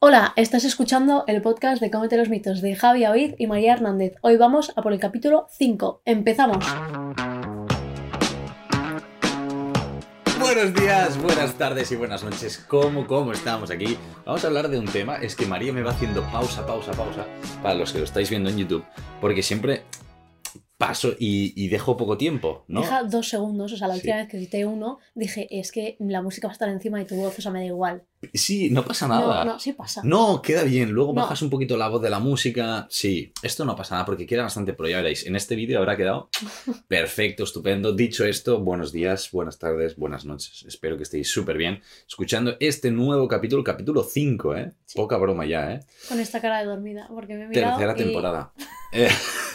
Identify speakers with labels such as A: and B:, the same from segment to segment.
A: Hola, estás escuchando el podcast de Comete los mitos de Javi Avid y María Hernández. Hoy vamos a por el capítulo 5. ¡Empezamos!
B: Ah, Buenos días, buenas tardes y buenas noches. ¿Cómo, cómo estamos aquí? Vamos a hablar de un tema. Es que María me va haciendo pausa, pausa, pausa. Para los que lo estáis viendo en YouTube. Porque siempre paso y, y dejo poco tiempo, ¿no?
A: Deja dos segundos, o sea, la
B: Sí.
A: última vez que quité uno, dije, es que la música va a estar encima de tu voz, o sea, me da igual.
B: Sí, no pasa
A: No,
B: nada.
A: no, sí pasa.
B: No, queda bien. Luego
A: No.
B: bajas un poquito la voz de la música. Sí, esto no pasa nada porque queda bastante pro. Ya veréis, en este vídeo habrá quedado perfecto, estupendo. Dicho esto, buenos días, buenas tardes, buenas noches. Espero que estéis súper bien escuchando este nuevo capítulo, capítulo 5, ¿eh?
A: Sí.
B: Poca broma ya, ¿eh?
A: Con esta cara de dormida, porque me he mirado
B: Tercera
A: y-
B: temporada. Eh,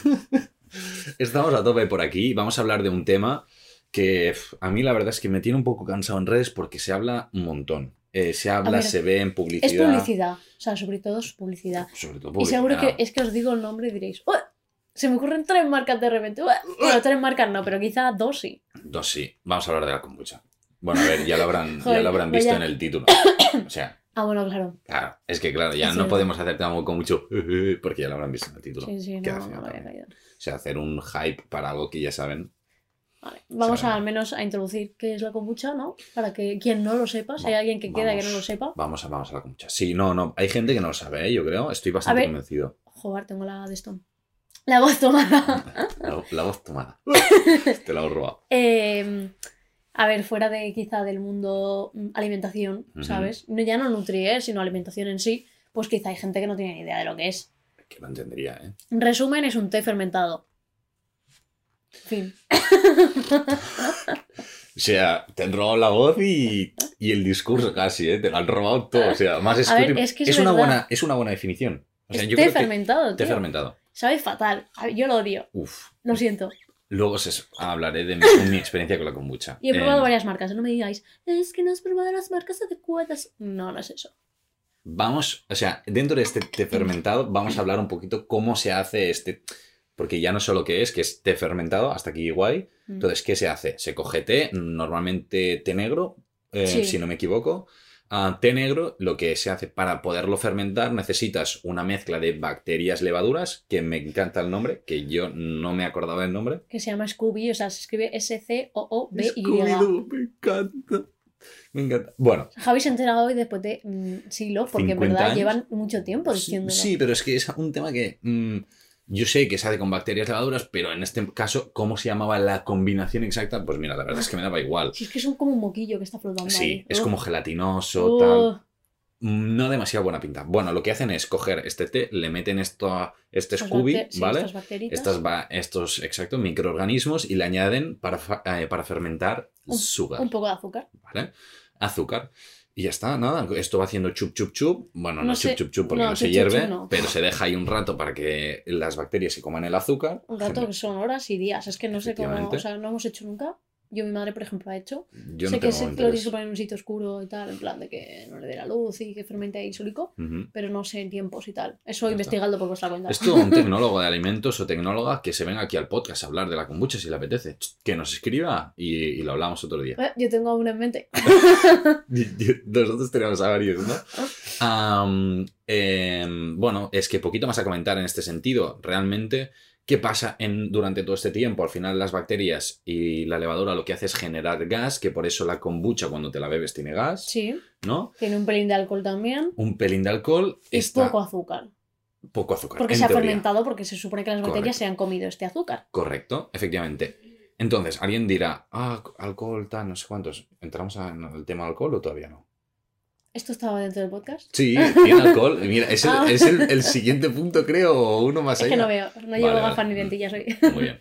B: estamos a tope por aquí. Vamos a hablar de un tema que pf, a mí la verdad es que me tiene un poco cansado en redes porque se habla un montón. Eh, se habla,
A: ver,
B: se ve en publicidad.
A: Es publicidad, o sea, sobre todo es publicidad.
B: Sobre todo
A: Y seguro
B: publicidad.
A: que es que os digo el nombre y diréis, "Uah, se me ocurren tres marcas de repente. Uah". Bueno, tres marcas no, pero quizá dos sí.
B: Dos sí. Vamos a hablar de la kombucha. Bueno, a ver, ya lo habrán, ya
A: Joder,
B: lo habrán visto
A: vaya.
B: en el título. O sea,
A: Ah, bueno, claro.
B: claro, es que claro, ya
A: Es
B: no
A: verdad.
B: podemos hacer como con mucho porque ya lo habrán visto en el título.
A: Sí, sí,
B: Queda
A: no,
B: feo
A: no me había
B: también.
A: caído.
B: O sea, hacer un hype para algo que ya saben.
A: Vale, vamos
B: Sí.
A: a, al menos a introducir qué es la kombucha, ¿no? Para que quien no lo sepa, si hay
B: Va-
A: alguien que queda que no
B: vamos.
A: lo sepa.
B: Vamos a, vamos a la kombucha. Sí, no, no. Hay gente que no lo sabe, ¿eh? yo creo. Estoy bastante
A: ver.
B: convencido.
A: Joder, tengo la de esto. La voz tomada.
B: La, la voz tomada. Te la he robado.
A: Eh, a ver, fuera de quizá del mundo mm, alimentación,
B: Ujú.
A: ¿sabes? No, ya no nutri, ¿eh? sino alimentación en sí, pues quizá hay gente que no tiene ni idea de lo que es.
B: Que lo entendería, ¿eh?
A: En resumen, es un té fermentado. Fin.
B: O sea, te han robado la voz y, y el discurso casi, ¿eh? Te lo han robado todo. O sea, más
A: A ver,
B: escúrimo.
A: es que es
B: una
A: verdad.
B: buena, es una buena definición. O sea,
A: es
B: yo
A: té
B: creo que
A: fermentado,
B: té
A: tío.
B: fermentado.
A: Sabe fatal. A ver, Yo lo odio.
B: Uf.
A: Lo siento.
B: Luego se, hablaré de mi, mi experiencia con la kombucha.
A: Y he
B: Eh,
A: probado varias marcas. No me digáis, es que no has probado las marcas adecuadas. No, no es eso.
B: Vamos, o sea, dentro de este té fermentado, vamos a hablar un poquito cómo se hace este. Porque ya no sé lo que es, que es té fermentado, hasta aquí guay.
A: Mm.
B: Entonces, ¿qué se hace? Se coge té, normalmente té negro, eh,
A: Sí.
B: si no me equivoco. Ah, té negro, lo que se hace para poderlo fermentar, necesitas una mezcla de bacterias levaduras, que me encanta el nombre, que yo no me acordaba del nombre.
A: Que se llama Scooby, o sea, se escribe S-C-O-O-B-Y.
B: Scooby-Doo, me encanta. Me encanta. Bueno,
A: Javi se ha enterado hoy después de mm, siglos, porque en
B: 50
A: verdad
B: años.
A: llevan mucho tiempo
B: Sí,
A: diciéndolo.
B: Sí, pero es que es un tema que mm, yo sé que se hace con bacterias levaduras, pero en este caso, ¿cómo se llamaba la combinación exacta? Pues mira, la verdad es que me daba igual.
A: Si es que es un como un moquillo que está flotando ahí.
B: Sí, es
A: Ugh.
B: como gelatinoso,
A: Ugh.
B: tal. Mm, No demasiado buena pinta. Bueno, lo que hacen es coger este té, le meten esto, este
A: Estas
B: Scooby,
A: bacter- sí,
B: ¿vale?
A: Estas bacteritas.
B: Estas va- estos, exacto, microorganismos y le añaden para, fa- eh, para fermentar
A: Un-
B: sugar.
A: Un poco de azúcar.
B: ¿vale? Azúcar. Y ya está, nada, esto va haciendo chup chup chup. Bueno, no,
A: No
B: es chup
A: sé-
B: chup chup porque
A: no,
B: no, se
A: chup, chup,
B: hierve,
A: chup, no.
B: pero se deja ahí un rato para que las bacterias se coman el azúcar.
A: Un rato que son horas y días. Es que no sé cómo.
B: Efectivamente.
A: O sea, no hemos hecho nunca. Yo, mi madre, por ejemplo, ha hecho.
B: Yo
A: sé
B: no
A: que
B: tengo
A: se lo tienes
B: interés.
A: que poner en un sitio oscuro y tal, en plan de que no le dé la luz y que fermente ahí sólico,
B: Ujú.
A: pero no sé en tiempos y tal. Eso
B: Ya está.
A: investigando por vuestra cuenta.
B: Es todo un tecnólogo de alimentos o tecnóloga que se venga aquí al podcast a hablar de la kombucha si le apetece. Ch, Que nos escriba y, y lo hablamos otro día.
A: Eh, Yo tengo una en mente.
B: Nosotros tenemos a varios, ¿no? Am, em, bueno, es que poquito más a comentar en este sentido. Realmente, ¿qué pasa en, durante todo este tiempo? Al final, las bacterias y la levadura lo que hace es generar gas, que por eso la kombucha cuando te la bebes tiene gas,
A: Sí.
B: ¿no?
A: Tiene un pelín de alcohol también.
B: Un pelín de alcohol
A: Y
B: está
A: poco azúcar.
B: poco azúcar.
A: Porque
B: en
A: se ha
B: teoría.
A: fermentado, porque se supone que las bacterias
B: Correcto.
A: se han comido este azúcar.
B: Correcto, efectivamente. Entonces, alguien dirá, ah, alcohol, tal, no sé cuántos. ¿Entramos a- en el tema alcohol o todavía no?
A: ¿Esto estaba dentro del podcast?
B: Sí, tiene alcohol. Mira, es el,
A: Ah.
B: es el- el siguiente punto, creo, o uno más
A: Es
B: allá.
A: que no veo, no llevo
B: Vale,
A: gafas
B: vale.
A: ni lentillas hoy.
B: Muy bien.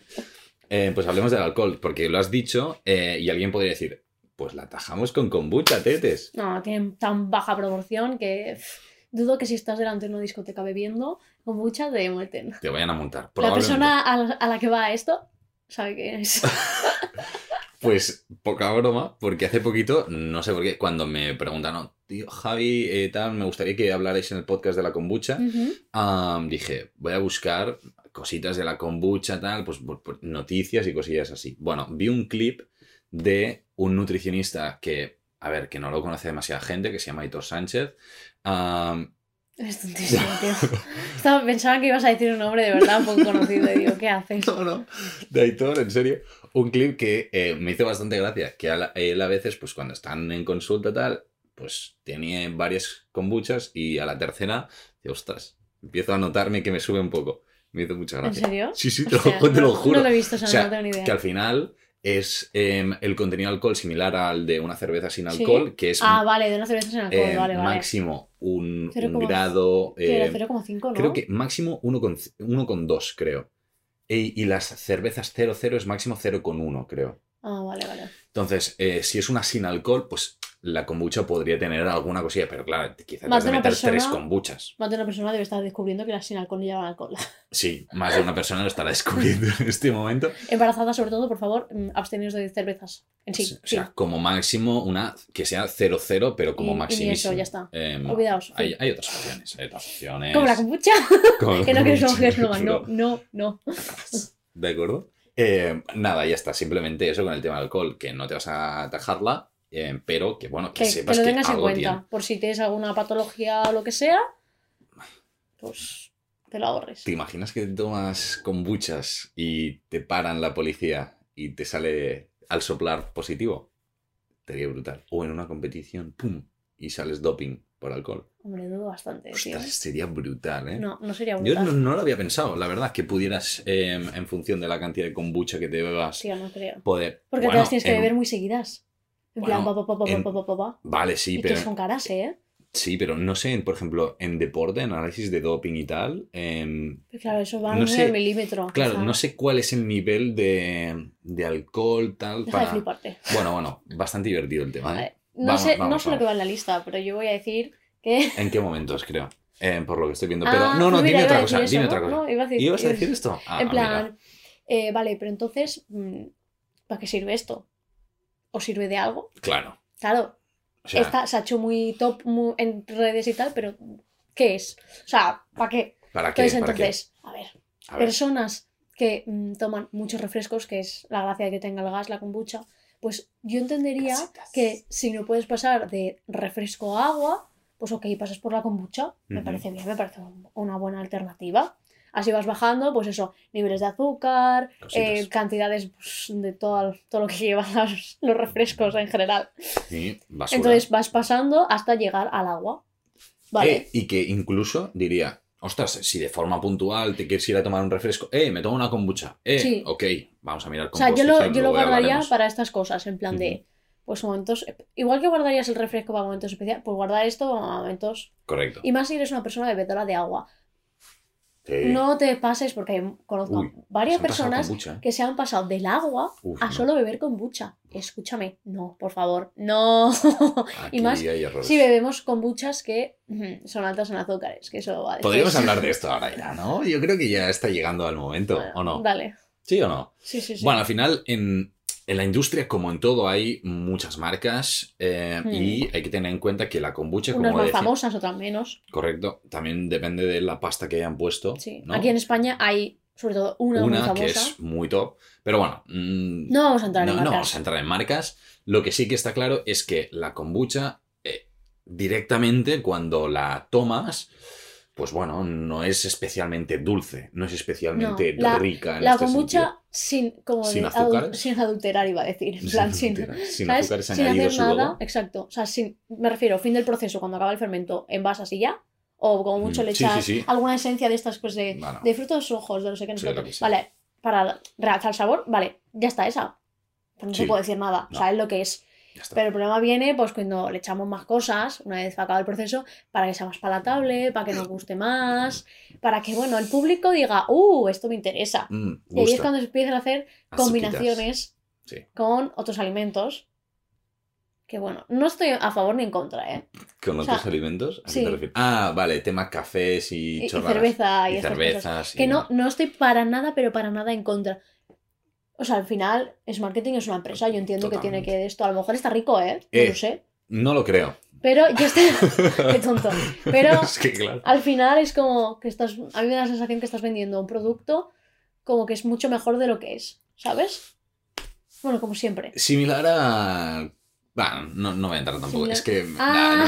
B: Eh, pues hablemos del alcohol, porque lo has dicho eh, y alguien podría decir, pues la tajamos con kombucha, tetes.
A: No, tienen tan baja proporción que pff, dudo que si estás delante de una discoteca bebiendo, con mucha te muerten.
B: Te vayan a montar.
A: La
B: Probablemente.
A: persona a la, a la que va esto sabe que es.
B: Pues poca broma, porque hace poquito, no sé por qué, cuando me preguntaron, tío, Javi, eh, tal, me gustaría que hablarais en el podcast de la kombucha,
A: Ujú.
B: am, dije, voy a buscar cositas de la kombucha, tal, pues por- por noticias y cosillas así. Bueno, vi un clip de un nutricionista que, a ver, que no lo conoce demasiada gente, que se llama Hitor Sánchez, am,
A: Eres tontísimo, tío. Estaba, pensaba que ibas a decir un nombre de verdad poco conocido y digo, ¿qué haces?
B: No, no. De Aitor, en serio. Un clip que eh, me hizo bastante gracia. Que a la- él a veces, pues cuando están en consulta tal, pues tenía varias kombuchas y a la tercera, dice, ostras, empiezo a notarme que me sube un poco. Me hizo mucha
A: ¿En
B: gracia.
A: serio?
B: Sí, sí, te,
A: O sea,
B: lo, te
A: no-
B: lo juro.
A: No lo he visto, o sea,
B: O sea,
A: no tengo ni idea.
B: Que al final es em, el contenido de alcohol similar al de una cerveza sin
A: Sí.
B: alcohol, que es
A: Ah, vale, de una cerveza sin alcohol,
B: em,
A: vale, vale.
B: máximo un,
A: Cero
B: un
A: coma-
B: grado.
A: Que era
B: em,
A: 0,5, ¿no?
B: Creo que máximo 1,2, uno con dos, creo. E, Y, y las cervezas 00 es máximo 0,1, creo.
A: Ah, vale, vale.
B: Entonces, eh, si es una sin alcohol, pues la kombucha podría tener alguna cosilla, pero claro, quizás
A: Más
B: te
A: de una
B: meter
A: persona-
B: tres kombuchas.
A: Más de una persona debe estar descubriendo que las sin alcohol no llevan alcohol.
B: Sí, más de una persona lo estará descubriendo en este momento.
A: Embarazada, sobre todo, por favor, mm, absteneros de cervezas. En sí,
B: o sea, como máximo una que sea 00, pero como
A: Y- y ni eso,
B: máximo.
A: ya está. Olvidaos,
B: hay,
A: fin.
B: hay otras opciones, hay otras opciones.
A: sí. Como la kombucha,
B: Como la
A: que no quiero ser
B: kombucha,
A: mujer no,
B: pero-
A: no, no, no.
B: ¿De acuerdo? Eh, nada, ya está. Simplemente eso con el tema del alcohol, que no te vas a atajarla, eh, pero que bueno,
A: Que,
B: que,
A: que
B: sepas
A: lo
B: que,
A: tengas en
B: algo
A: cuenta.
B: tiene.
A: Por si tienes alguna patología o lo que sea, pues te lo ahorres.
B: ¿Te imaginas que te tomas kombuchas y te paran la policía y te sale al soplar positivo? Sería brutal. O en una competición, ¡pum! Y sales doping por alcohol.
A: Hombre, dudo bastante, tío.
B: Ostras, sería brutal, ¿eh?
A: No, no sería
B: Yo no,
A: brutal.
B: no lo había pensado, la verdad, que pudieras, eh, en función de la cantidad de kombucha que te bebas,
A: Tío, no creo.
B: poder...
A: Porque te
B: Bueno,
A: las tienes que
B: en-
A: beber muy seguidas. En plan,
B: Bueno,
A: pa, pa, pa, pa,
B: en-
A: pa, pa, pa, pa.
B: Vale, sí,
A: Y
B: pero...
A: que son caras, ¿eh?
B: Sí, pero no sé, por ejemplo, en deporte, en análisis de doping y tal, em,
A: Pero Pues Claro, eso va
B: No
A: muy
B: sé.
A: al milímetro.
B: claro,
A: o sea,
B: no sé cuál es el nivel de, de alcohol, tal,
A: Deja de
B: para...
A: fliparte.
B: Bueno, bueno, bastante divertido el tema, ¿eh?
A: Vale. No
B: Vamos,
A: sé, no
B: vamos,
A: sé lo que va en la lista, pero yo voy a decir que.
B: ¿En qué momentos, creo? Em, por lo que estoy viendo. Pero,
A: Ah,
B: no, no,
A: pues mira, iba
B: dime
A: a
B: otra
A: decir
B: cosa,
A: eso,
B: dime
A: ¿no?
B: otra cosa.
A: No, iba a decir,
B: ¿Ibas a
A: iba-
B: decir esto? Ah,
A: en
B: mira.
A: plan, eh, vale, pero entonces, mm, ¿para qué sirve esto? ¿O sirve de algo?
B: Claro.
A: Claro,
B: O sea,
A: está, se ha hecho muy top muy- en redes y tal, pero ¿qué es? O sea, ¿para qué?
B: ¿para qué?
A: Entonces,
B: ¿Para qué?
A: pues entonces, a ver,
B: A ver,
A: personas que mm, toman muchos refrescos, que es la gracia de que tenga el gas, la kombucha, pues yo entendería
B: Casitas.
A: que si no puedes pasar de refresco a agua, pues ok, pasas por la kombucha, me
B: Ujú.
A: parece bien, me parece un- una buena alternativa. Así vas bajando, pues eso, niveles de azúcar,
B: Cositas.
A: eh, cantidades pues, de todo, todo lo que llevan los, los refrescos en general.
B: sí, basura.
A: Entonces vas pasando hasta llegar al agua. Vale.
B: Eh, y que incluso diría, ostras, si de forma puntual te quieres ir a tomar un refresco, eh, me tomo una kombucha, eh,
A: Sí.
B: ok, vamos a mirar
A: O sea, yo
B: compost,
A: lo,
B: tal,
A: yo lo
B: luego
A: guardaría
B: hablaremos.
A: para estas cosas, en plan de, pues momentos, igual que guardarías el refresco para momentos especiales, pues guardar esto para momentos.
B: Correcto.
A: Y más si eres una persona bebedora de agua.
B: Sí.
A: No te pases, porque conozco
B: Eh, Uy,
A: varias
B: Se han pasado
A: personas
B: kombucha, ¿eh?
A: que se han pasado del agua
B: Uf,
A: a
B: no.
A: solo beber kombucha. Escúchame, no, por favor, no.
B: Aquí
A: más
B: hay errores.
A: si bebemos kombuchas que mm, son altas en azúcares, que eso va después.
B: Podríamos hablar de esto ahora ya, ¿no? Yo creo que ya está llegando al momento,
A: Bueno,
B: ¿o no?
A: Vale,
B: ¿Sí o no?
A: sí, sí, sí.
B: Bueno, al final, en, en la industria, como en todo, hay muchas marcas eh,
A: Hmm.
B: y hay que tener en cuenta que la kombucha, como
A: Unas más
B: decía-
A: famosas, otras menos.
B: correcto, también depende de la pasta que hayan puesto.
A: Sí.
B: ¿no?
A: Aquí en España hay, sobre todo, una, muy
B: una
A: famosa.
B: que es muy top. Pero bueno, mm,
A: No vamos a entrar
B: no,
A: en
B: no
A: marcas.
B: vamos a entrar en marcas. Lo que sí que está claro es que la kombucha eh, directamente cuando la tomas, pues bueno, no es especialmente dulce, no es especialmente
A: No, la-
B: rica en
A: La
B: este
A: kombucha sin, como
B: Sin
A: de adul-
B: azúcares.
A: sin adulterar, iba a decir. En
B: sentido.
A: plan, sin,
B: sin
A: ¿sabes?
B: azúcares
A: Sin
B: añadidos
A: hacer
B: luego.
A: nada. Exacto. O sea, sin, me refiero, fin del proceso, cuando acaba el fermento, envasas y ya. O como mucho
B: Mm,
A: le
B: sí,
A: echas
B: sí, sí.
A: alguna esencia de estas, pues de,
B: Bueno,
A: de frutos rojos, de no sé qué, no sé
B: Sí,
A: qué.
B: lo que sea.
A: Vale, para realzar el sabor, vale, ya está esa. Pero no se
B: Sí.
A: puede decir nada.
B: No.
A: O sea, es lo que es.
B: ya está.
A: Pero el problema viene pues cuando le echamos más cosas, una vez acabado el proceso, para que sea más palatable, para que nos guste más, para que, bueno, el público diga, uh, esto me interesa.
B: Mm,
A: Y ahí es
B: gusta,
A: cuando se empiezan a hacer
B: azuquitas.
A: combinaciones
B: Sí.
A: con otros alimentos. Que bueno, no estoy a favor ni en contra, ¿eh?
B: ¿Con
A: o
B: otros
A: sea,
B: alimentos? ¿A qué
A: sí.
B: te refieres? Ah, vale, temas cafés y,
A: Y, y
B: chorradas.
A: cerveza y,
B: Y
A: estas cosas.
B: cervezas. y
A: Que no,
B: demás.
A: no estoy para nada, pero para nada en contra. O sea, al final, es marketing, es una empresa. Yo entiendo que
B: Totalmente.
A: tiene que esto. A lo mejor está rico, ¿eh? No
B: Eh.
A: lo sé.
B: No lo creo.
A: Pero yo estoy. Qué tonto. Pero
B: es que claro.
A: al final es como que estás. A mí me da la sensación que estás vendiendo un producto como que es mucho mejor de lo que es, ¿sabes? Bueno, como siempre.
B: Similar a Bueno, no, no voy a entrar tampoco.
A: Sí, lo-
B: Es que.
A: Ah,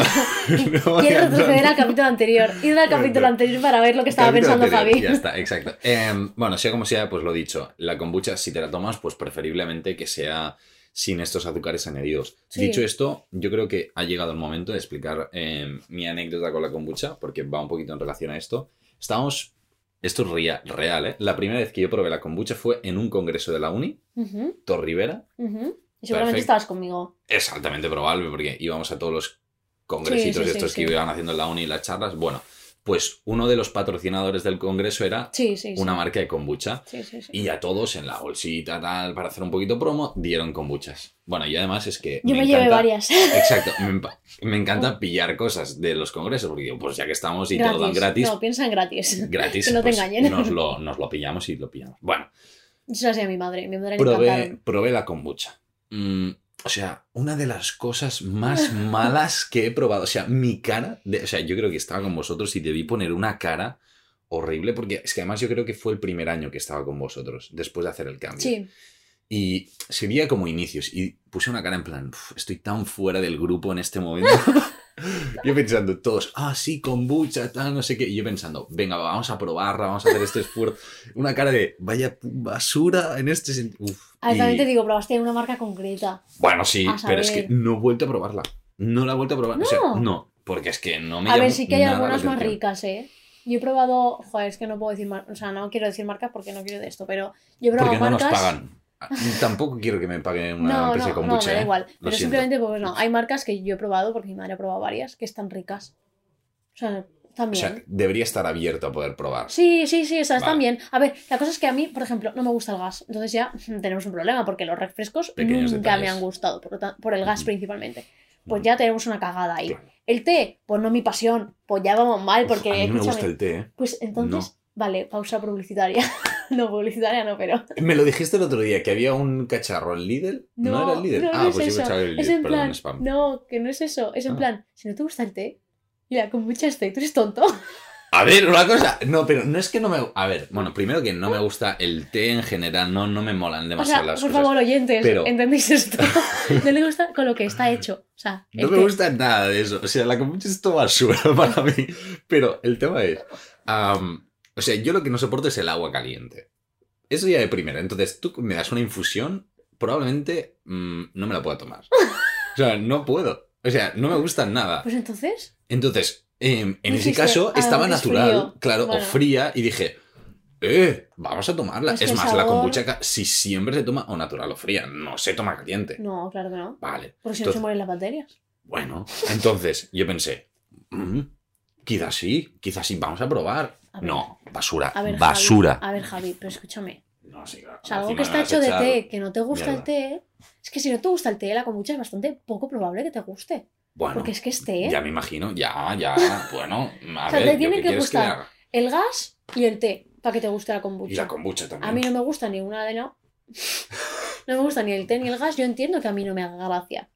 B: nah, no- no voy a
A: Quiero
B: entrar.
A: retroceder al capítulo anterior. Ir al capítulo anterior para ver lo que estaba
B: Capítulo
A: pensando
B: anterior,
A: Javi.
B: Ya está, exacto. Eh, bueno, sea como sea, pues lo dicho, la kombucha, si te la tomas, pues preferiblemente que sea sin estos azúcares añadidos.
A: Sí.
B: Dicho esto, yo creo que ha llegado el momento de explicar eh, mi anécdota con la kombucha, porque va un poquito en relación a esto. Estábamos, esto es rea- real, ¿eh? La primera vez que yo probé la kombucha fue en un congreso de la Uni,
A: Ujú,
B: Torrivera.
A: ujú. Y seguramente
B: Perfecto.
A: estabas conmigo.
B: Es altamente probable, porque íbamos a todos los congresitos
A: Sí, sí, sí,
B: estos que
A: sí.
B: iban haciendo en la Uni y las charlas. Bueno, pues uno de los patrocinadores del congreso era
A: Sí, sí, sí.
B: una marca de kombucha.
A: Sí, sí, sí.
B: Y a todos en la bolsita, tal, para hacer un poquito promo, dieron kombuchas. Bueno, y además es que.
A: Yo me, llevé
B: encanta-
A: varias. Oh.
B: Exacto, me, empa- me encanta pillar cosas de los congresos, porque digo, pues ya que estamos y te lo dan gratis,
A: No, piensa en gratis.
B: gratis,
A: que no te
B: pues
A: engañen.
B: Nos lo, nos lo pillamos y lo pillamos. Bueno,
A: Yo se lo hacía a mi madre. Mi madre le
B: probé,
A: encantaron.
B: probé la kombucha. Mm, o sea, una de las cosas más malas que he probado. O sea, mi cara, de- o sea, yo creo que estaba con vosotros y debí poner una cara horrible, porque es que además yo creo que fue el primer año que estaba con vosotros, después de hacer el cambio.
A: Sí,
B: Y sería como inicios. Y puse una cara en plan, "Uf, estoy tan fuera del grupo en este momento. yo pensando, todos, ah, sí, kombucha, tal, no sé qué. Y yo pensando, venga, va, vamos a probarla, vamos a hacer este esfuerzo. Una cara de, vaya pu- basura en este sentido. Uf.
A: Ah,
B: Y-
A: también te digo, probaste en una marca concreta.
B: Bueno, sí,
A: a
B: pero es que
A: saber.
B: no he vuelto a probarla. No la he vuelto a probar. O sea,
A: No.
B: no, porque es que no me
A: A ver,
B: llamó
A: sí que hay
B: nada la
A: algunas más
B: atención.
A: ricas, ¿eh? Yo he probado. Joder, es que no puedo decir marcas. O sea, no quiero decir marcas porque no quiero de esto, pero yo he probado
B: Porque no nos
A: marcas.
B: pagan. Ah, Tampoco quiero que me paguen una
A: No, no,
B: empresa de
A: no,
B: kombucha.
A: me da
B: ¿eh?
A: igual. pero
B: siento.
A: simplemente, pues no. Hay marcas que yo he probado, porque mi madre ha probado varias, que están ricas. O sea, están
B: O
A: bien.
B: sea, debería estar abierto a poder probar.
A: Sí, sí, sí, o sea, están
B: Vale.
A: bien. A ver, la cosa es que a mí, por ejemplo, no me gusta el gas. Entonces ya mm, tenemos un problema, porque los refrescos
B: Pequeños
A: nunca me
B: detalles.
A: han gustado, por, lo tan- por el gas
B: Ujú.
A: principalmente. Pues
B: Ujú.
A: ya tenemos una cagada ahí.
B: Claro.
A: El té, pues no mi pasión, pues ya vamos mal,
B: Uf,
A: porque...
B: a mí no me gusta
A: escúchame,
B: el té, ¿eh?
A: Pues entonces, vale, pausa publicitaria. no, publicitaria no, pero...
B: Me lo dijiste el otro día, que había un cacharro en Lidl. No,
A: No,
B: era el Lidl.
A: no,
B: ah,
A: no es
B: pues
A: eso.
B: yo pensaba que el
A: Es
B: Lidl,
A: en
B: perdón,
A: plan,
B: spam.
A: no, que no es eso, es en
B: Ah.
A: plan, si no te gusta el té y la kombucha es té, tú eres tonto.
B: A ver, una cosa. No, pero no es que no me. A ver, bueno, primero que no me gusta el té en general, no, no me molan
A: O
B: demasiado
A: sea, por
B: las cosas.
A: favor, oyentes,
B: Pero-
A: ¿entendéis esto? No le gusta con lo que está hecho. O sea, el
B: No me
A: té.
B: gusta nada de eso. O sea, la kombucha es toda basura para mí. Pero el tema es. am, o sea, yo lo que no soporto es el agua caliente. Eso ya de primera. Entonces, tú me das una infusión, probablemente mm, no me la pueda tomar. O sea, no puedo. O sea, no me gusta nada.
A: Pues entonces,
B: Entonces, em, en ese
A: Dijiste,
B: caso,
A: "Ah,
B: estaba
A: es
B: natural,
A: frío".
B: claro,
A: Bueno.
B: o fría, y dije, eh, vamos a tomarla.
A: Es
B: Es,
A: que el
B: más, la
A: sabor-
B: kombucha, ca- si siempre se toma o natural o fría, no se toma caliente.
A: no, claro que no.
B: Vale.
A: Porque si no se
B: Entonces-
A: mueren las bacterias.
B: Bueno, entonces yo pensé, "Mm, quizás sí, quizás sí, vamos a probar.
A: A ver.
B: No, basura,
A: A ver, Javi,
B: basura.
A: a ver, Javi, pero escúchame.
B: No, sí, claro,
A: O sea, algo
B: encima
A: que
B: me
A: está
B: vas a
A: hecho de
B: echar-
A: té, que no te gusta el
B: mierda.
A: té, es que si no te gusta el té, la kombucha es bastante poco probable que te guste.
B: Bueno,
A: Porque es que es té.
B: Ah,
A: ¿eh?
B: ya me imagino, ya, ya, bueno, a
A: O sea, te
B: ver, ¿yo
A: tiene
B: qué
A: que
B: quieres
A: gustar.
B: le haga?
A: El gas y el té, para que te guste la kombucha.
B: Y la kombucha también.
A: A mí no me gusta ninguna de no. No me gusta ni el té ni el gas. Yo entiendo que a mí no me haga gracia.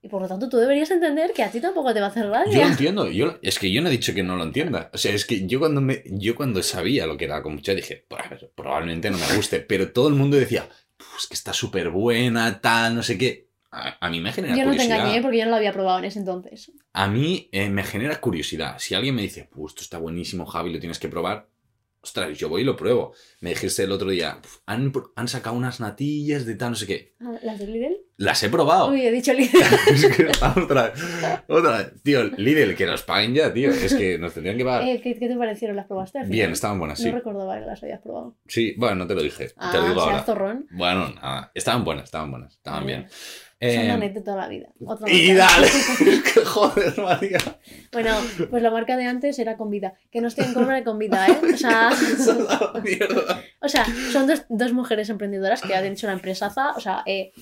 A: Y por lo tanto, tú deberías entender que a ti tampoco te va a hacer
B: Yo lo
A: gracia.
B: entiendo, yo, lo- es que yo no he dicho que no lo entienda. O sea, es que yo cuando me, yo cuando sabía lo que era la kombucha dije, "Pues, a ver, probablemente no me guste, pero todo el mundo decía, pues que está súper buena, tal, no sé qué. A, a mí me genera
A: Yo no te
B: curiosidad.
A: engañé porque yo no lo había probado en ese entonces.
B: A mí eh, me genera curiosidad. Si alguien me dice, pues esto está buenísimo, Javi, lo tienes que probar. Ostras, yo voy y lo pruebo. Me dijiste el otro día, "Uf, han, pro- han sacado unas natillas de tal, no sé qué.
A: Ah, ¿Las de Lidl?
B: Las he probado.
A: Uy, he dicho Lidl.
B: Es que, otra vez, otra vez. Tío, Lidl, que nos paguen ya, tío. Es que nos tendrían que pagar.
A: Eh, ¿qué, qué te parecieron? ¿Las probaste? al final?
B: Bien, estaban buenas, sí.
A: No recordaba que las habías probado.
B: Sí, bueno, no te lo dije.
A: Ah,
B: te lo digo
A: seas
B: ahora.
A: zorrón.
B: Bueno, nada. Estaban buenas, estaban buenas. Estaban bien.
A: Es
B: Eh,
A: una anécdota de la vida. Otra
B: y
A: marca.
B: dale. Es que joder, María.
A: Bueno, pues la marca de antes era Convita. Que no estoy en contra de Convita, ¿eh? O sea,
B: Esa es la mierda.
A: o sea son dos, dos mujeres emprendedoras que han hecho una empresaza. O sea, eh,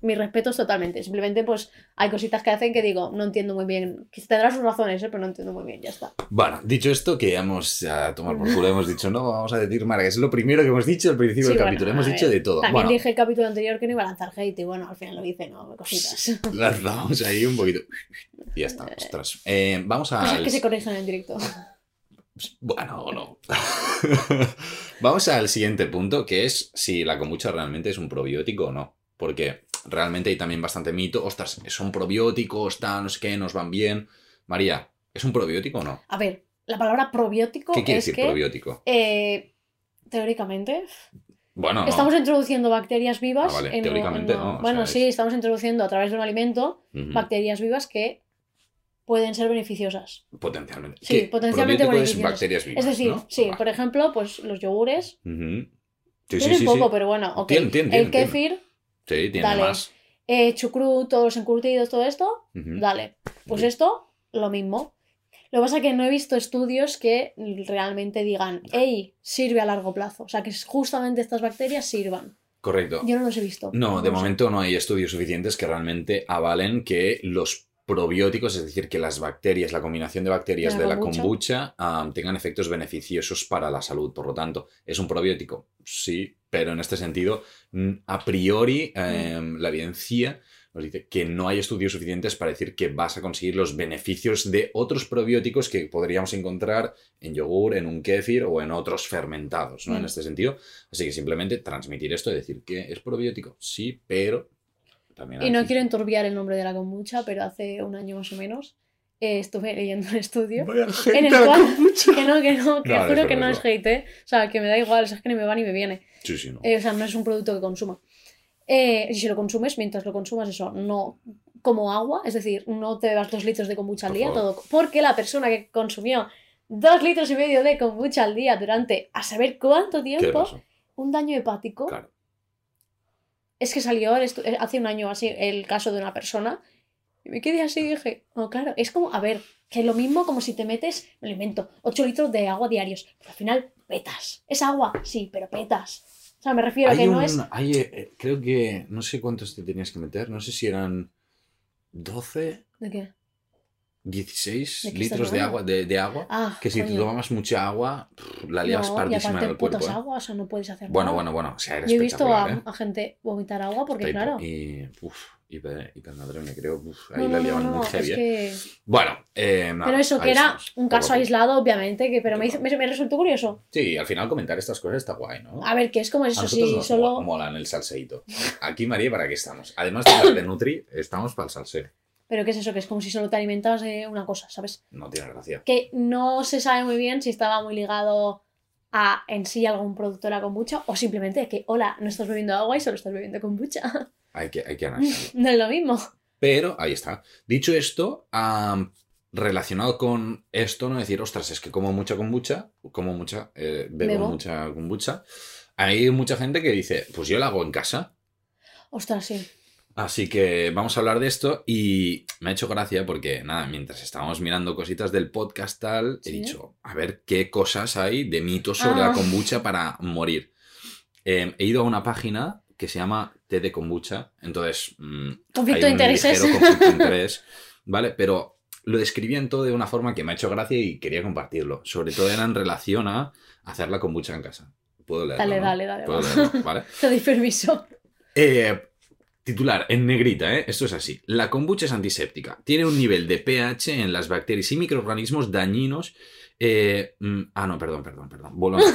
A: mis respetos totalmente. Simplemente, pues, hay cositas que hacen que digo, no entiendo muy bien. Que tendrá sus razones, ¿eh? Pero no entiendo muy bien, ya está.
B: Bueno, dicho esto, que vamos a tomar por culo, hemos dicho, no, vamos a decir Mara, que es lo primero que hemos dicho al principio
A: Sí,
B: del
A: bueno,
B: capítulo,
A: a
B: hemos
A: ver,
B: dicho de todo.
A: También
B: Bueno,
A: dije el capítulo anterior que no iba a lanzar hate y bueno, al final lo hice, ¿no? Cositas.
B: lanzamos ahí un poquito. Y ya está, ostras. Eh, vamos a...
A: Cosas que se corrigen en directo.
B: Bueno, no. Vamos al siguiente punto, que es si la kombucha realmente es un probiótico o no. Porque realmente hay también bastante mito. Ostras, son probióticos, tal, no sé qué, nos van bien. María, ¿es un probiótico o no?
A: A ver, la palabra probiótico
B: ¿Qué quiere
A: es
B: decir
A: que,
B: probiótico?
A: eh, teóricamente,
B: Bueno, no.
A: estamos introduciendo bacterias vivas.
B: Ah, vale,
A: en-
B: teóricamente
A: en-
B: no, o sea,
A: Bueno,
B: es- Mm.
A: sí, estamos introduciendo a través de un alimento
B: Ujú.
A: bacterias vivas que pueden ser beneficiosas.
B: Potencialmente.
A: Sí,
B: ¿Qué?
A: potencialmente
B: Probiótico es
A: beneficiosos.
B: bacterias vivas.
A: Es decir,
B: ¿no?
A: sí,
B: Vale.
A: por ejemplo, pues los yogures.
B: Ujú. Sí, sí,
A: tienen
B: sí,
A: poco,
B: sí.
A: pero bueno, ok.
B: Tienen, tienen, tienen,
A: El
B: tienen.
A: kéfir,
B: Sí, tiene
A: Dale.
B: más.
A: eh, chucrut, todos los encurtidos, todo esto,
B: Ujú.
A: dale. Pues
B: Sí.
A: esto, lo mismo. Lo que pasa es que no he visto estudios que realmente digan, hey, sirve a largo plazo. O sea, que justamente estas bacterias sirvan.
B: Correcto.
A: Yo no los he visto.
B: No, de
A: los sé.
B: momento no hay estudios suficientes que realmente avalen que los probióticos, es decir, que las bacterias, la combinación de bacterias
A: De
B: de
A: la
B: la kombucha, ah, tengan efectos beneficiosos para la salud. Por lo tanto, ¿es un probiótico? Sí, pero en este sentido, mm, a priori, eh, la evidencia nos dice que no hay estudios suficientes para decir que vas a conseguir los beneficios de otros probióticos que podríamos encontrar en yogur, en un kéfir o en otros fermentados, ¿no? En
A: Mm.
B: este sentido, Así que simplemente transmitir esto y decir que es probiótico, sí, pero también
A: Y
B: hay
A: no
B: que-
A: quiero enturbiar el nombre de la kombucha, pero hace un año más o menos eh, estuve leyendo un estudio
B: Vaya
A: en
B: gente
A: el
B: a la
A: cual-
B: kombucha.
A: que no, que no, que
B: No, es
A: juro que
B: verdad,
A: no
B: es
A: es hate, ¿eh? O sea, que me da igual, o sea, es que ni me va ni me viene.
B: Sí, sí, no.
A: Eh, o sea, no es un producto que consuma. Eh, y si lo consumes, mientras lo consumas, eso, no como agua, es decir, no te bebas dos litros de kombucha al
B: Por
A: día,
B: favor.
A: todo, porque la persona que consumió dos litros y medio de kombucha al día durante a saber cuánto
B: ¿Qué le
A: tiempo,
B: pasó?
A: un daño hepático.
B: Claro.
A: Es que salió el estu- eh, hace un año así el caso de una persona. Y me quedé así y dije, no, claro, es como, a ver, que lo mismo como si te metes, me lo invento, 8 litros de agua diarios. Pero al final, petas. Es agua, sí, pero petas. O sea, me refiero a
B: Hay
A: que no
B: un-
A: es.
B: hay, eh, eh, creo que no sé cuántos te tenías que meter, no sé si eran 12,
A: ¿De qué?
B: 16
A: ¿De qué estás
B: litros de
A: hablando?
B: agua, de, de agua
A: Ah,
B: que si
A: coño.
B: tú tomabas mucha agua, pff, la liabas
A: No, y
B: pardísima en
A: aparte
B: el cuerpo.
A: putas
B: ¿eh?
A: agua, o sea, no puedes hacer
B: Bueno,
A: nada.
B: bueno, bueno, o sea, era
A: Yo he visto a,
B: espectacular, ¿eh?
A: a gente vomitar agua porque,
B: Está hipo-
A: claro.
B: Y, uf, y, pe- y madre mía, creo, uf,
A: No,
B: ahí la
A: no, no,
B: liaban
A: no,
B: muy
A: es
B: heavy, ¿eh?
A: que-
B: Bueno, eh, nada,
A: Pero eso,
B: ahí
A: que era
B: estamos,
A: un
B: poco a
A: caso
B: poco.
A: aislado, obviamente, que pero me, hizo-
B: Poco a
A: me, me resultó curioso.
B: Sí, al final comentar estas cosas está guay, ¿no?
A: A ver, que es como
B: A
A: eso,
B: nosotros
A: sí,
B: nos
A: solo.
B: mo- mola en el salseíto. Aquí, María, ¿para qué estamos? Además de hablar de Nutri, estamos para el salseo.
A: Pero ¿qué es eso? Que es como si solo te alimentabas de una cosa, ¿sabes?
B: No tiene gracia.
A: Que no se sabe muy bien si estaba muy ligado a en sí algún producto de la kombucha o simplemente que, hola, no estás bebiendo agua y solo estás bebiendo kombucha.
B: Hay que, hay que analizarlo.
A: no es lo mismo.
B: Pero ahí está. Dicho esto, am, relacionado con esto, no decir, ostras, es que como mucha kombucha, como mucha, eh, bebo,
A: Bebo.
B: mucha kombucha. Hay mucha gente que dice, pues yo la hago en casa.
A: Ostras, sí.
B: Eh, Así que vamos a hablar de esto y me ha hecho gracia porque, nada, mientras estábamos mirando cositas del podcast tal, he
A: Sí.
B: dicho, a ver qué cosas hay de mitos sobre
A: Ah.
B: la kombucha para morir. Eh, he ido a una página que se llama Té de Kombucha, entonces mm, hay
A: Conflicto de
B: un
A: intereses.
B: ligero conflicto de interés, ¿vale? Pero lo describían todo de una forma que me ha hecho gracia y quería compartirlo. Sobre todo era en relación a hacer la kombucha en casa. Puedo leerlo,
A: Dale,
B: ¿no?
A: dale, dale.
B: Puedo
A: va.
B: leerlo, ¿vale?
A: Te doy permiso.
B: Eh, titular, en negrita, ¿eh? Esto es así. La kombucha es antiséptica. Tiene un nivel de pH en las bacterias y microorganismos dañinos. eh, mm, ah, no, perdón, perdón, perdón. Volvamos.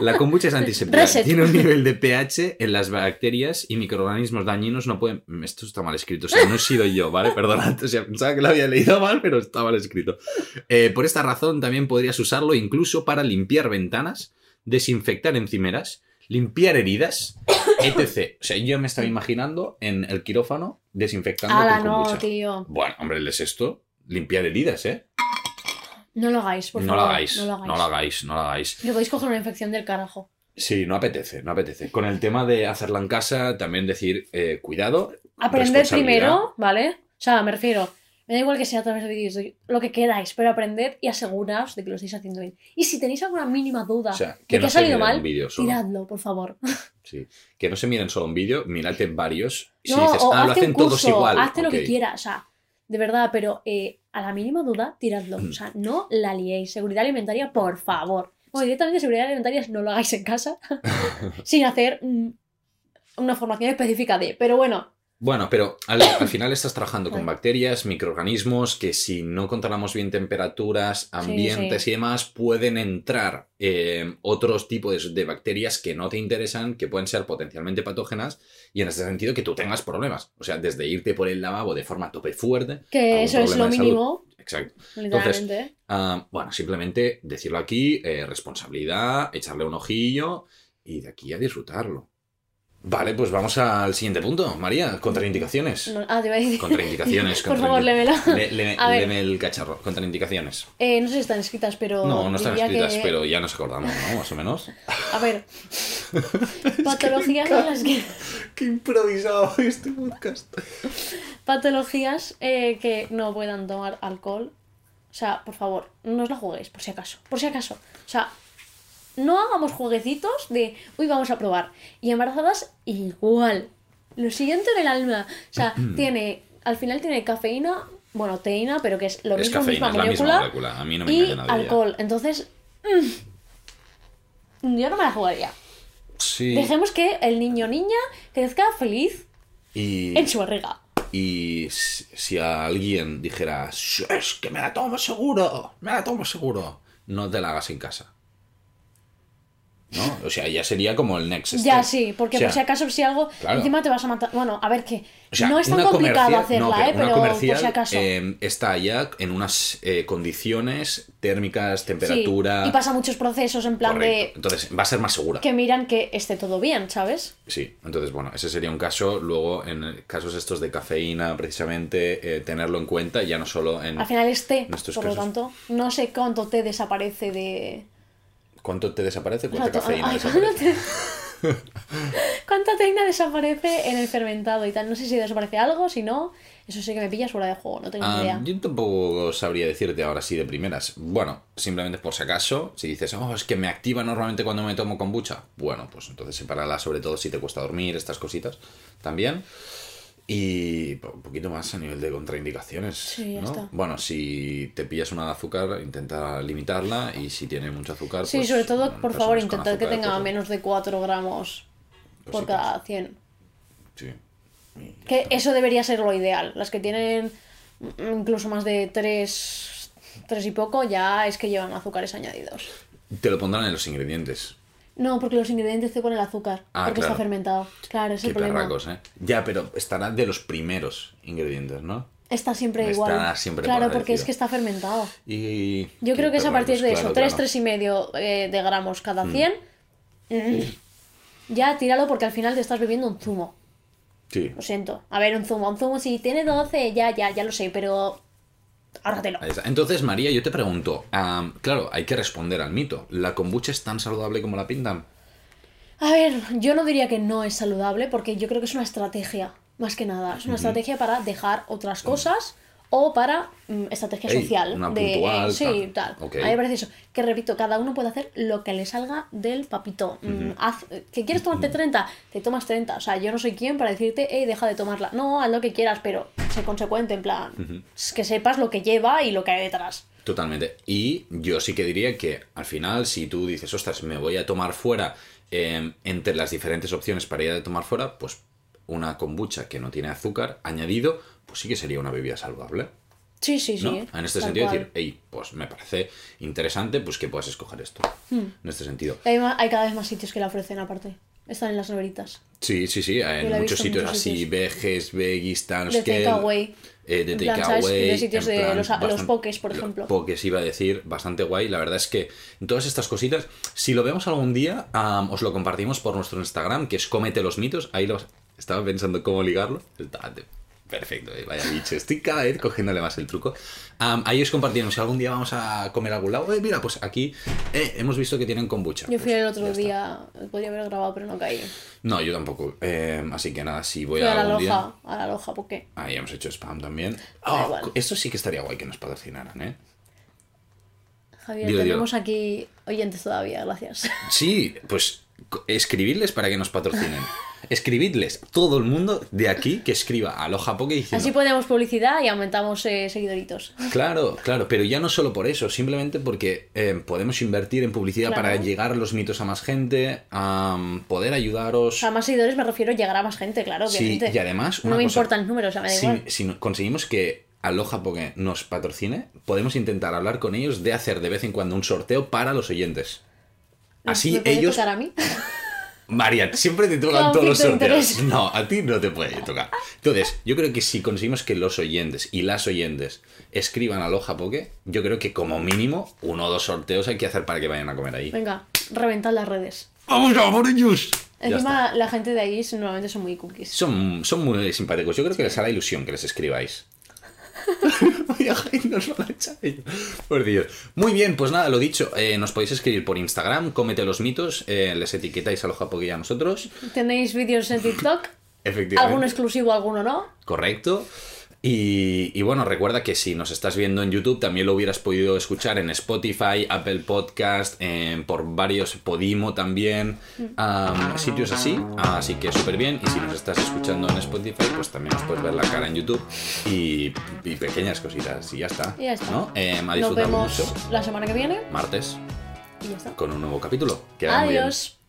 B: La kombucha es antiséptica.
A: Reset.
B: Tiene un nivel de pH en las bacterias y microorganismos dañinos. No pueden. mm, Esto está mal escrito. O sea, no he sido yo, ¿vale? Perdonad. O sea, pensaba que lo había leído mal, pero está mal escrito. Eh, por esta razón, también podrías usarlo incluso para limpiar ventanas, desinfectar encimeras, limpiar heridas, etc. O sea, yo me estaba imaginando en el quirófano desinfectando
A: Ala,
B: con
A: no,
B: kombucha.
A: tío.
B: Bueno, hombre, ¿les esto? Limpiar heridas, ¿eh?
A: No lo hagáis, por
B: No lo
A: favor.
B: hagáis.
A: No lo hagáis.
B: No lo hagáis, no lo hagáis.
A: Le podéis coger una infección del carajo.
B: Sí, no apetece, no apetece. Con el tema de hacerla en casa, también decir, eh, cuidado.
A: Aprender
B: responsabilidad.
A: primero, ¿vale? O sea, me refiero, me da igual que sea a través de vídeos, de- lo que queráis, pero aprended y aseguraos de que lo estáis haciendo bien. Y si tenéis alguna mínima duda
B: O sea,
A: Ah, de
B: que
A: que
B: no
A: ha
B: se
A: salido
B: miren
A: mal,
B: un vídeo solo.
A: tiradlo, por favor.
B: Sí. Que no se miren solo un vídeo, mírate varios. Si
A: no,
B: dices,
A: o
B: ah,
A: hazte
B: lo hacen
A: un curso,
B: todos igual.
A: hazte lo
B: ok.
A: que quieras, o sea, de verdad, pero eh, a la mínima duda, tiradlo. O sea, no la liéis. Seguridad alimentaria, por favor. Bueno, directamente seguridad alimentaria no lo hagáis en casa sin hacer mm, una formación específica de. Pero bueno,
B: Bueno, pero al, al final estás trabajando con bacterias, microorganismos que si no controlamos bien temperaturas, ambientes
A: sí.
B: y demás, pueden entrar eh, otros tipos de bacterias que no te interesan, que pueden ser potencialmente patógenas y en este sentido que tú tengas problemas. O sea, desde irte por el lavabo de forma tope fuerte.
A: Que
B: algún
A: eso es lo
B: problema de salud.
A: mínimo,
B: Exacto.
A: literalmente.
B: Ah, bueno, simplemente decirlo aquí, eh, responsabilidad, echarle un ojillo y de aquí a disfrutarlo. Vale, pues vamos al siguiente punto, María, contraindicaciones.
A: No- ah, te iba a decir.
B: Contraindicaciones.
A: Por favor, lémelo.
B: Le, le-
A: A ver.
B: leme el cacharro. Contraindicaciones.
A: Eh, no sé si están escritas, pero.
B: No, no están
A: diría
B: escritas,
A: que-
B: pero ya nos acordamos, ¿no? Más o menos.
A: A ver. patologías en las que.
B: Qué improvisado este podcast.
A: Patologías eh, que no puedan tomar alcohol. O sea, por favor, no os la juguéis, por si acaso. Por si acaso. O sea, no hagamos jueguecitos de, uy, vamos a probar. Y embarazadas, igual. Lo siguiente en el alma. O sea,
B: Mm.
A: tiene, al final tiene cafeína, bueno, teína, pero que es lo
B: es
A: mismo,
B: cafeína, es
A: misma
B: la
A: molécula.
B: misma molécula. A mí no me
A: y
B: engaña nadie.
A: alcohol. Entonces, mm, yo no me la jugaría.
B: Sí.
A: Dejemos que el niño o niña crezca feliz
B: Y,
A: en su barriga.
B: y si si alguien dijera, "Sí, es que me la tomo seguro, me la tomo seguro, no te la hagas en casa. ¿No? O sea, ya sería como el next step.
A: Ya sí, porque
B: O sea,
A: por si acaso si algo
B: claro.
A: encima te vas a matar. Bueno, a ver que
B: O sea,
A: no es tan
B: una
A: complicado
B: comercial-
A: hacerla,
B: no,
A: eh,
B: una
A: pero
B: comercial,
A: por si acaso.
B: eh, está ya en unas eh, condiciones térmicas,
A: Sí,
B: temperatura.
A: Y pasa muchos procesos en plan
B: correcto. Entonces, va a ser más segura.
A: de que miran que esté todo bien, ¿sabes?
B: Sí, entonces, bueno, ese sería un caso. Luego, en casos estos de cafeína, precisamente, eh, tenerlo en cuenta, ya no solo en
A: Al final es té,
B: En estos
A: por lo
B: casos-
A: tanto, no sé cuánto té desaparece de.
B: cuánto te desaparece,
A: o sea,
B: cuánta
A: to-
B: cafeína
A: ay,
B: desaparece.
A: ¿cuánto té- ¿Cuánta teína desaparece en el fermentado y tal? No sé si desaparece algo, si no, eso sí que me pillas fuera de juego, no tengo ni
B: Ah,
A: idea.
B: yo tampoco sabría decirte ahora sí de primeras. Bueno, simplemente por si acaso, si dices, oh, es que me activa normalmente cuando me tomo kombucha. Bueno, pues entonces sepárala, sobre todo si te cuesta dormir, estas cositas también. Y po- un poquito más a nivel de contraindicaciones.
A: Sí, ya
B: ¿no?
A: está.
B: Bueno, si te pillas una de azúcar, intenta limitarla. Y si tiene mucho azúcar,
A: Sí,
B: pues,
A: sobre todo, por
B: personas
A: favor,
B: con
A: intentad que
B: azúcar,
A: tenga
B: cosas-
A: menos de 4 gramos por
B: cositas.
A: cada 100.
B: Sí.
A: Que eso debería ser lo ideal. Las que tienen mm, incluso más de 3, 3 y poco ya es que llevan azúcares añadidos.
B: Te lo pondrán en los ingredientes.
A: No, porque los ingredientes te ponen el azúcar,
B: Ah,
A: porque
B: claro.
A: está fermentado. Claro, ese es
B: Qué
A: el problema.
B: perracos, ¿eh? Ya, pero estará de los primeros ingredientes, ¿no?
A: Está siempre
B: Está
A: igual.
B: siempre
A: claro,
B: parecido.
A: porque es que está fermentado.
B: Y...
A: Yo creo que es a partir de eso, 3,
B: tres
A: 3 y medio eh, de gramos cada 100. Mm. Ya tíralo porque al final te estás bebiendo un zumo.
B: Sí,
A: Lo siento. A ver, un zumo, un zumo si tiene 12, ya, ya, ya lo sé, pero ahórratelo.
B: ahí está. Entonces, María, yo te pregunto, am, claro, hay que responder al mito. ¿La kombucha es tan saludable como la pintan?
A: A ver, yo no diría que no es saludable porque yo creo que es una estrategia, más que nada. Es una estrategia para dejar otras cosas o para mm, estrategia
B: Ey,
A: social.
B: una
A: de,
B: puntual,
A: sí, tal.
B: tal. Ok.
A: A mí me parece eso. Que repito, cada uno puede hacer lo que le salga del papito. Mm, haz- ¿Que quieres tomarte 30? Te tomas 30. O sea, yo no soy quien para decirte, hey, deja de tomarla. No, haz lo que quieras, pero sé consecuente, en plan, que sepas lo que lleva y lo que hay detrás.
B: Totalmente. Y yo sí que diría que al final, si tú dices, ostras, me voy a tomar fuera em, entre las diferentes opciones para ir a tomar fuera, pues una kombucha que no tiene azúcar añadido, pues sí que sería una bebida saludable.
A: Sí, sí, sí.
B: ¿no? En este
A: tal
B: sentido,
A: cual.
B: decir, hey, pues me parece interesante, pues que puedas escoger esto.
A: Hmm.
B: En este sentido.
A: Hay, ma- hay cada vez más sitios que la ofrecen aparte. Están en las neveritas.
B: Sí, sí, sí,
A: Yo
B: en
A: la he
B: muchos
A: visto en
B: sitios
A: muchos
B: así,
A: sitios.
B: veges, veggies, tal,
A: De
B: que-
A: takeaway.
B: eh, de
A: En plan,
B: takeaway.
A: ¿sabes? De sitios
B: en
A: de
B: plan,
A: los- los
B: bastan-
A: pokés, por
B: los
A: ejemplo.
B: Pokés iba a decir, bastante guay. La verdad es que en todas estas cositas, si lo vemos algún día, am, os lo compartimos por nuestro Instagram, que es Comete los mitos. Ahí los estaba pensando cómo ligarlo. Está- Perfecto, eh, vaya bicho. Estoy cada vez cogiéndole más el truco. Am, ahí os compartimos. Si algún día vamos a comer a algún lado, eh, mira, pues aquí eh, hemos visto que tienen kombucha.
A: Yo fui
B: Pues,
A: el
B: ya
A: otro
B: está.
A: día, podría haber grabado, pero no caí.
B: No, yo tampoco. Eh, así que nada, si voy
A: Fui a la
B: algún día-
A: loja, a la loja, ¿por qué?
B: Ahí hemos hecho spam también.
A: Da
B: Oh,
A: igual.
B: co- esto sí que estaría guay que nos patrocinaran, ¿eh?
A: Javier,
B: Dilo, dilo.
A: tenemos aquí oyentes todavía, gracias.
B: Sí, pues co- escribirles para que nos patrocinen. Escribidles, todo el mundo de aquí que escriba a Aloha Poke diciendo.
A: Así ponemos publicidad y aumentamos eh, seguidoritos.
B: Claro, claro, pero ya no solo por eso, simplemente porque eh, podemos invertir en publicidad
A: Claro.
B: para llegar los mitos a más gente, a mm, poder ayudaros.
A: A más seguidores me refiero a llegar a más gente, claro,
B: Sí,
A: obviamente.
B: y además,
A: no
B: una
A: me
B: cosa-
A: importan los números, o sea, me da
B: si,
A: igual.
B: si no- conseguimos que Aloha Poke nos patrocine, podemos intentar hablar con ellos de hacer de vez en cuando un sorteo para los oyentes. Así
A: ¿Me puede
B: ellos.
A: tocar a mí?
B: Marian, siempre te tocan todos
A: Conflicto
B: los
A: de
B: sorteos.
A: interés.
B: No, a ti no te puede tocar. Entonces, yo creo que si conseguimos que los oyentes y las oyentes escriban Aloha Poke, yo creo que como mínimo uno o dos sorteos hay que hacer para que vayan a comer ahí.
A: Venga, reventad las redes.
B: ¡Vamos a por ellos! Ya está.
A: Encima, la gente de allí normalmente son muy cookies.
B: Son, son muy simpáticos. Yo creo que les hará ilusión que les escribáis. Vaya hate nos van a echar ellos. Por Dios. Muy bien, pues nada, lo dicho. eh, nos podéis escribir por Instagram, cómete los mitos, eh, les etiquetáis Aloha Poke y a nosotros.
A: ¿Tenéis vídeos en TikTok?
B: Efectivamente.
A: ¿Alguno exclusivo, alguno no?
B: Correcto. Y, y bueno, recuerda que si nos estás viendo en YouTube, también lo hubieras podido escuchar en Spotify, Apple Podcast, en- por varios Podimo también,
A: Mm. Ah,
B: am, sitios así. Ah, Así que súper bien. Y si nos estás escuchando en Spotify, pues también nos puedes ver la cara en YouTube y, y pequeñas cositas. Y ya está.
A: Y ya está.
B: ¿no? Em, ha
A: Nos
B: disfrutado
A: vemos
B: mucho.
A: la semana que viene
B: Martes
A: y ya está.
B: con un nuevo capítulo. Que vaya muy bien.
A: Adiós.